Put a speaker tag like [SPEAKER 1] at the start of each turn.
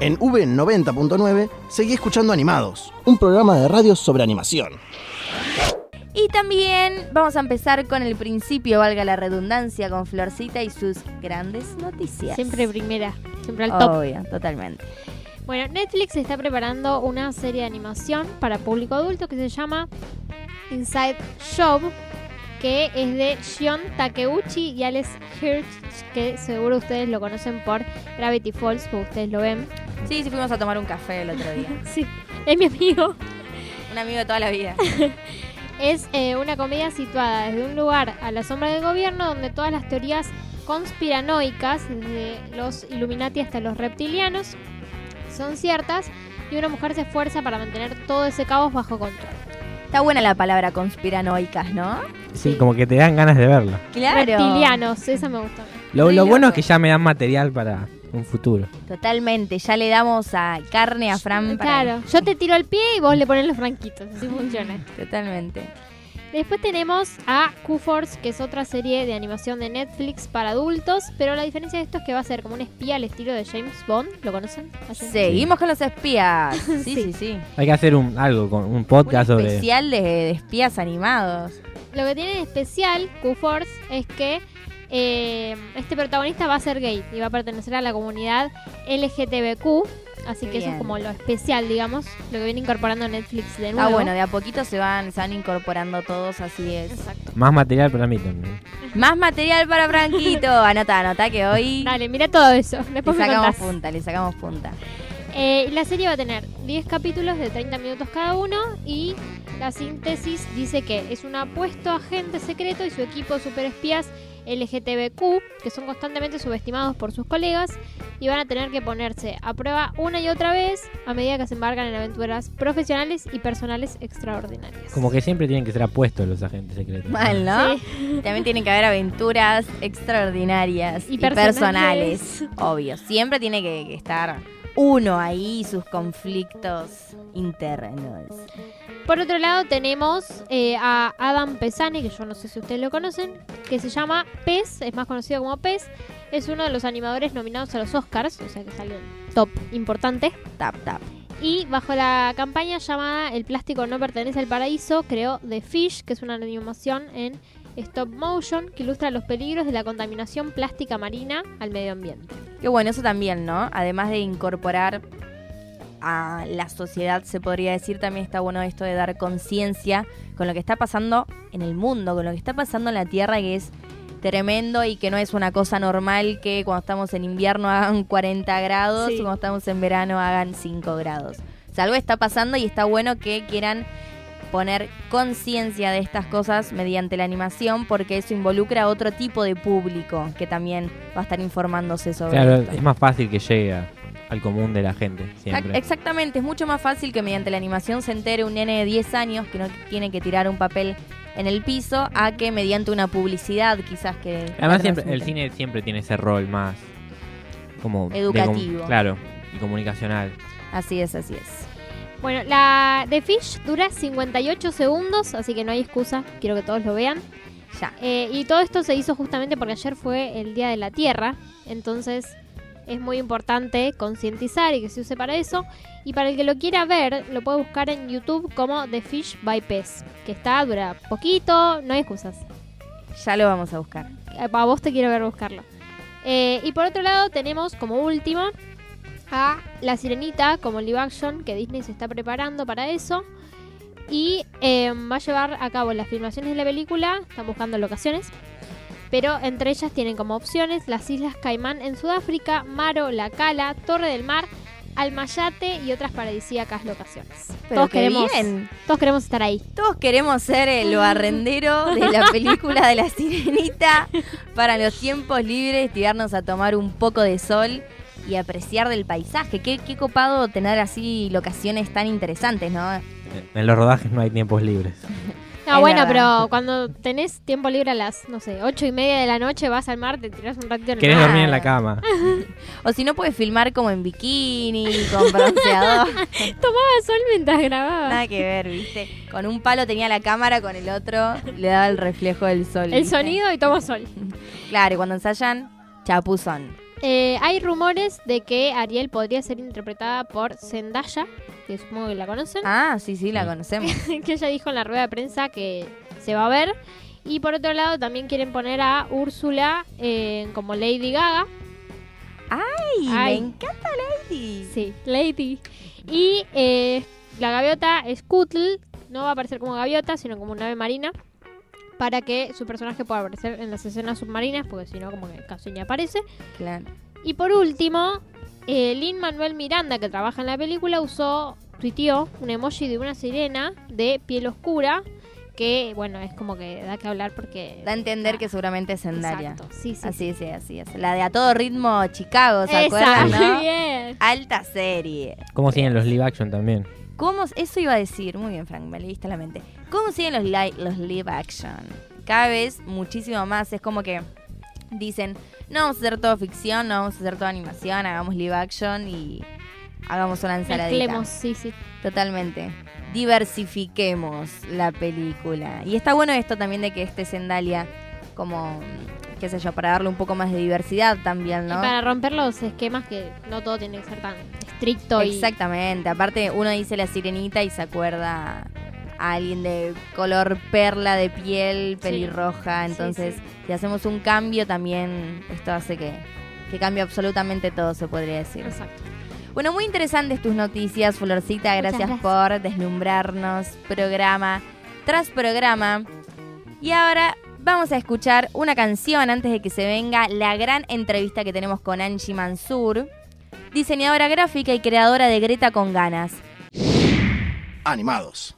[SPEAKER 1] En V90.9 seguí escuchando Animados, un programa de radio sobre animación.
[SPEAKER 2] Y también vamos a empezar con el principio, valga la redundancia, con Florcita y sus grandes noticias.
[SPEAKER 3] Siempre primera, siempre al top.
[SPEAKER 2] Obvio, totalmente.
[SPEAKER 3] Bueno, Netflix está preparando una serie de animación para público adulto que se llama Inside Job, que es de Shion Takeuchi y Alex Hirsch, que seguro ustedes lo conocen por Gravity Falls, porque ustedes lo ven.
[SPEAKER 2] Sí, sí, fuimos a tomar un café el otro día.
[SPEAKER 3] Sí, es mi amigo.
[SPEAKER 2] Un amigo de toda la vida.
[SPEAKER 3] Es eh, una comedia situada desde un lugar a la sombra del gobierno donde todas las teorías conspiranoicas, desde los Illuminati hasta los reptilianos, son ciertas y una mujer se esfuerza para mantener todo ese caos bajo control.
[SPEAKER 2] Está buena la palabra conspiranoicas, ¿no?
[SPEAKER 4] Sí, como que te dan ganas de verla.
[SPEAKER 3] Reptilianos, esa me gustó.
[SPEAKER 4] Lo,
[SPEAKER 2] Sí,
[SPEAKER 4] lo bueno es
[SPEAKER 2] loco.
[SPEAKER 4] que ya me dan material para un futuro.
[SPEAKER 2] Totalmente, ya le damos a carne a Fran para-
[SPEAKER 3] Claro, yo te tiro el pie y vos le pones los franquitos, así funciona.
[SPEAKER 2] Totalmente.
[SPEAKER 3] Después tenemos a Q-Force, que es otra serie de animación de Netflix para adultos, pero la diferencia de esto es que va a ser como un espía al estilo de James Bond, ¿lo conocen? ¿A James Bond?
[SPEAKER 2] Seguimos con los espías. Sí, sí, sí.
[SPEAKER 4] Hay que hacer un algo, con un
[SPEAKER 2] Un
[SPEAKER 4] podcast sobre...
[SPEAKER 2] especial de, de espías animados.
[SPEAKER 3] Lo que tiene de especial Q-Force es que eh, este protagonista va a ser gay y va a pertenecer a la comunidad LGTBQ, así
[SPEAKER 2] Qué
[SPEAKER 3] que eso
[SPEAKER 2] bien.
[SPEAKER 3] es como lo especial, digamos, lo que viene incorporando Netflix de nuevo.
[SPEAKER 2] Ah, bueno, de a poquito se van, se van incorporando todos, así es.
[SPEAKER 3] Exacto.
[SPEAKER 4] Más material para mí también.
[SPEAKER 2] Más material para Franquito. Anota, anota que hoy
[SPEAKER 3] Dale, mira todo eso. Después
[SPEAKER 2] le
[SPEAKER 3] me
[SPEAKER 2] sacamos
[SPEAKER 3] contás.
[SPEAKER 2] punta, le sacamos punta.
[SPEAKER 3] Eh, la serie va a tener 10 capítulos de 30 minutos cada uno y la síntesis dice que es un apuesto agente secreto y su equipo de superespías LGTBQ que son constantemente subestimados por sus colegas y van a tener que ponerse a prueba una y otra vez a medida que se embarcan en aventuras profesionales y personales extraordinarias.
[SPEAKER 4] Como que siempre tienen que ser apuestos los agentes secretos.
[SPEAKER 2] Mal, ¿no?
[SPEAKER 3] Sí.
[SPEAKER 2] También tienen que haber aventuras extraordinarias y,
[SPEAKER 3] Y
[SPEAKER 2] personales.
[SPEAKER 3] personales.
[SPEAKER 2] Obvio, siempre tiene que, que estar uno ahí, sus conflictos internos.
[SPEAKER 3] Por otro lado tenemos eh, a Adam Pesani, que yo no sé si ustedes lo conocen, que se llama Pez, es más conocido como Pez, es uno de los animadores nominados a los Oscars, o sea que salió top importante,
[SPEAKER 2] Tap, tap.
[SPEAKER 3] y bajo la campaña llamada El plástico no pertenece al paraíso, creó The Fish, que es una animación en stop motion que ilustra los peligros de la contaminación plástica marina al medio ambiente.
[SPEAKER 2] Qué bueno, eso también, ¿no? Además de incorporar a la sociedad, se podría decir, también está bueno esto de dar conciencia con lo que está pasando en el mundo, con lo que está pasando en la Tierra, que es tremendo y que no es una cosa normal que cuando estamos en invierno hagan 40 grados
[SPEAKER 3] Sí.
[SPEAKER 2] y cuando estamos en verano hagan 5 grados. O sea, algo está pasando y está bueno que quieran poner conciencia de estas cosas mediante la animación porque eso involucra a otro tipo de público que también va a estar informándose sobre
[SPEAKER 4] Claro,
[SPEAKER 2] esto.
[SPEAKER 4] es más fácil que llegue a- al común de la gente,
[SPEAKER 2] Exact-
[SPEAKER 4] siempre.
[SPEAKER 2] Exactamente, es mucho más fácil que mediante la animación se entere un nene de 10 años que no tiene que tirar un papel en el piso a que mediante una publicidad quizás que...
[SPEAKER 4] Además,
[SPEAKER 2] que
[SPEAKER 4] siempre, el
[SPEAKER 2] transmite.
[SPEAKER 4] cine siempre tiene ese rol más... Como... de com-
[SPEAKER 2] Educativo.
[SPEAKER 4] claro, y comunicacional.
[SPEAKER 2] Así es, así es.
[SPEAKER 3] Bueno, la The Fish dura 58 segundos, así que no hay excusa, quiero que todos lo vean.
[SPEAKER 2] Ya.
[SPEAKER 3] Eh, y todo esto se hizo justamente porque ayer fue el Día de la Tierra, entonces es muy importante concientizar y que se use para eso. Y para el que lo quiera ver, lo puede buscar en YouTube como The Fish by Pez, que está, dura poquito, no hay excusas.
[SPEAKER 2] Ya lo vamos a buscar.
[SPEAKER 3] Eh, A vos te quiero ver buscarlo. Eh, y por otro lado tenemos como última a La Sirenita como live action, que Disney se está preparando para eso. Y eh, va a llevar a cabo las filmaciones de la película, están buscando locaciones. Pero entre ellas tienen como opciones las Islas Caimán en Sudáfrica, Maro, La Cala, Torre del Mar, Almayate y otras paradisíacas locaciones.
[SPEAKER 2] Pero
[SPEAKER 3] todos,
[SPEAKER 2] qué
[SPEAKER 3] queremos,
[SPEAKER 2] bien.
[SPEAKER 3] todos queremos estar ahí.
[SPEAKER 2] Todos queremos ser el barrendero de la película de la sirenita para los tiempos libres, tirarnos a tomar un poco de sol y apreciar del paisaje. Qué, qué copado tener así locaciones tan interesantes, ¿no?
[SPEAKER 4] En los rodajes no hay tiempos libres.
[SPEAKER 3] No,
[SPEAKER 2] Es
[SPEAKER 3] bueno,
[SPEAKER 2] verdad.
[SPEAKER 3] pero cuando tenés tiempo libre a las, no sé, ocho y media de la noche, vas al mar, te tirás un ratito en el
[SPEAKER 4] Querés
[SPEAKER 3] mar.
[SPEAKER 4] dormir en la cama.
[SPEAKER 2] O si no puedes filmar como en bikini, con bronceador.
[SPEAKER 3] Tomaba sol mientras grababa.
[SPEAKER 2] Nada que ver, ¿viste? Con un palo tenía la cámara, con el otro le daba el reflejo del sol.
[SPEAKER 3] el
[SPEAKER 2] ¿viste?
[SPEAKER 3] sonido y tomo sol.
[SPEAKER 2] Claro, y cuando ensayan, chapuzón.
[SPEAKER 3] Eh, hay rumores de que Ariel podría ser interpretada por Zendaya, que supongo que la conocen,
[SPEAKER 2] Ah, sí, sí, la conocemos.
[SPEAKER 3] que ella dijo en la rueda de prensa que se va a ver. Y por otro lado también quieren poner a Úrsula eh, como Lady Gaga.
[SPEAKER 2] Ay,
[SPEAKER 3] Ay.
[SPEAKER 2] me encanta Lady.
[SPEAKER 3] Sí, Lady. Y eh, la gaviota Scuttle no va a aparecer como gaviota, sino como un ave marina. Para que su personaje pueda aparecer en las escenas submarinas, porque si no, como que casi ni aparece.
[SPEAKER 2] Claro.
[SPEAKER 3] Y por último, eh, Lin Manuel Miranda, que trabaja en la película, usó, tuiteó un emoji de una sirena de piel oscura. Que bueno, es como que da que hablar porque.
[SPEAKER 2] Da a entender que seguramente es Zendaya.
[SPEAKER 3] Exacto, sí, sí.
[SPEAKER 2] Así, sí, así es. La de A Todo Ritmo Chicago, ¿se
[SPEAKER 3] Esa,
[SPEAKER 2] acuerdan, no?
[SPEAKER 3] bien.
[SPEAKER 2] Alta serie.
[SPEAKER 4] ¿Cómo siguen los live action también?
[SPEAKER 2] ¿Cómo, s- eso iba a decir, muy bien Frank, me leíste la mente. ¿Cómo siguen los, li- los live action? Cada vez muchísimo más, es como que dicen, no vamos a hacer todo ficción, no vamos a hacer toda animación, hagamos live action y hagamos una ensaladita.
[SPEAKER 3] Mezclemos, sí, sí.
[SPEAKER 2] Totalmente. Diversifiquemos la película. Y está bueno esto también de que esté Sendalia como, qué sé yo, para darle un poco más de diversidad también, ¿no?
[SPEAKER 3] Y para romper los esquemas que no todo tiene que ser tan estricto y
[SPEAKER 2] Exactamente. Aparte, uno dice la sirenita y se acuerda a alguien de color perla de piel,
[SPEAKER 3] Sí.
[SPEAKER 2] pelirroja.
[SPEAKER 3] Sí,
[SPEAKER 2] Entonces,
[SPEAKER 3] sí.
[SPEAKER 2] si hacemos un cambio, también esto hace que, que cambie absolutamente todo, se podría decir.
[SPEAKER 3] Exacto.
[SPEAKER 2] Bueno, muy interesantes tus noticias, Florcita.
[SPEAKER 3] Muchas
[SPEAKER 2] Gracias,
[SPEAKER 3] gracias.
[SPEAKER 2] por deslumbrarnos programa tras programa. Y ahora vamos a escuchar una canción antes de que se venga la gran entrevista que tenemos con Angie Mansur, diseñadora gráfica y creadora de Greta con ganas.
[SPEAKER 1] Animados.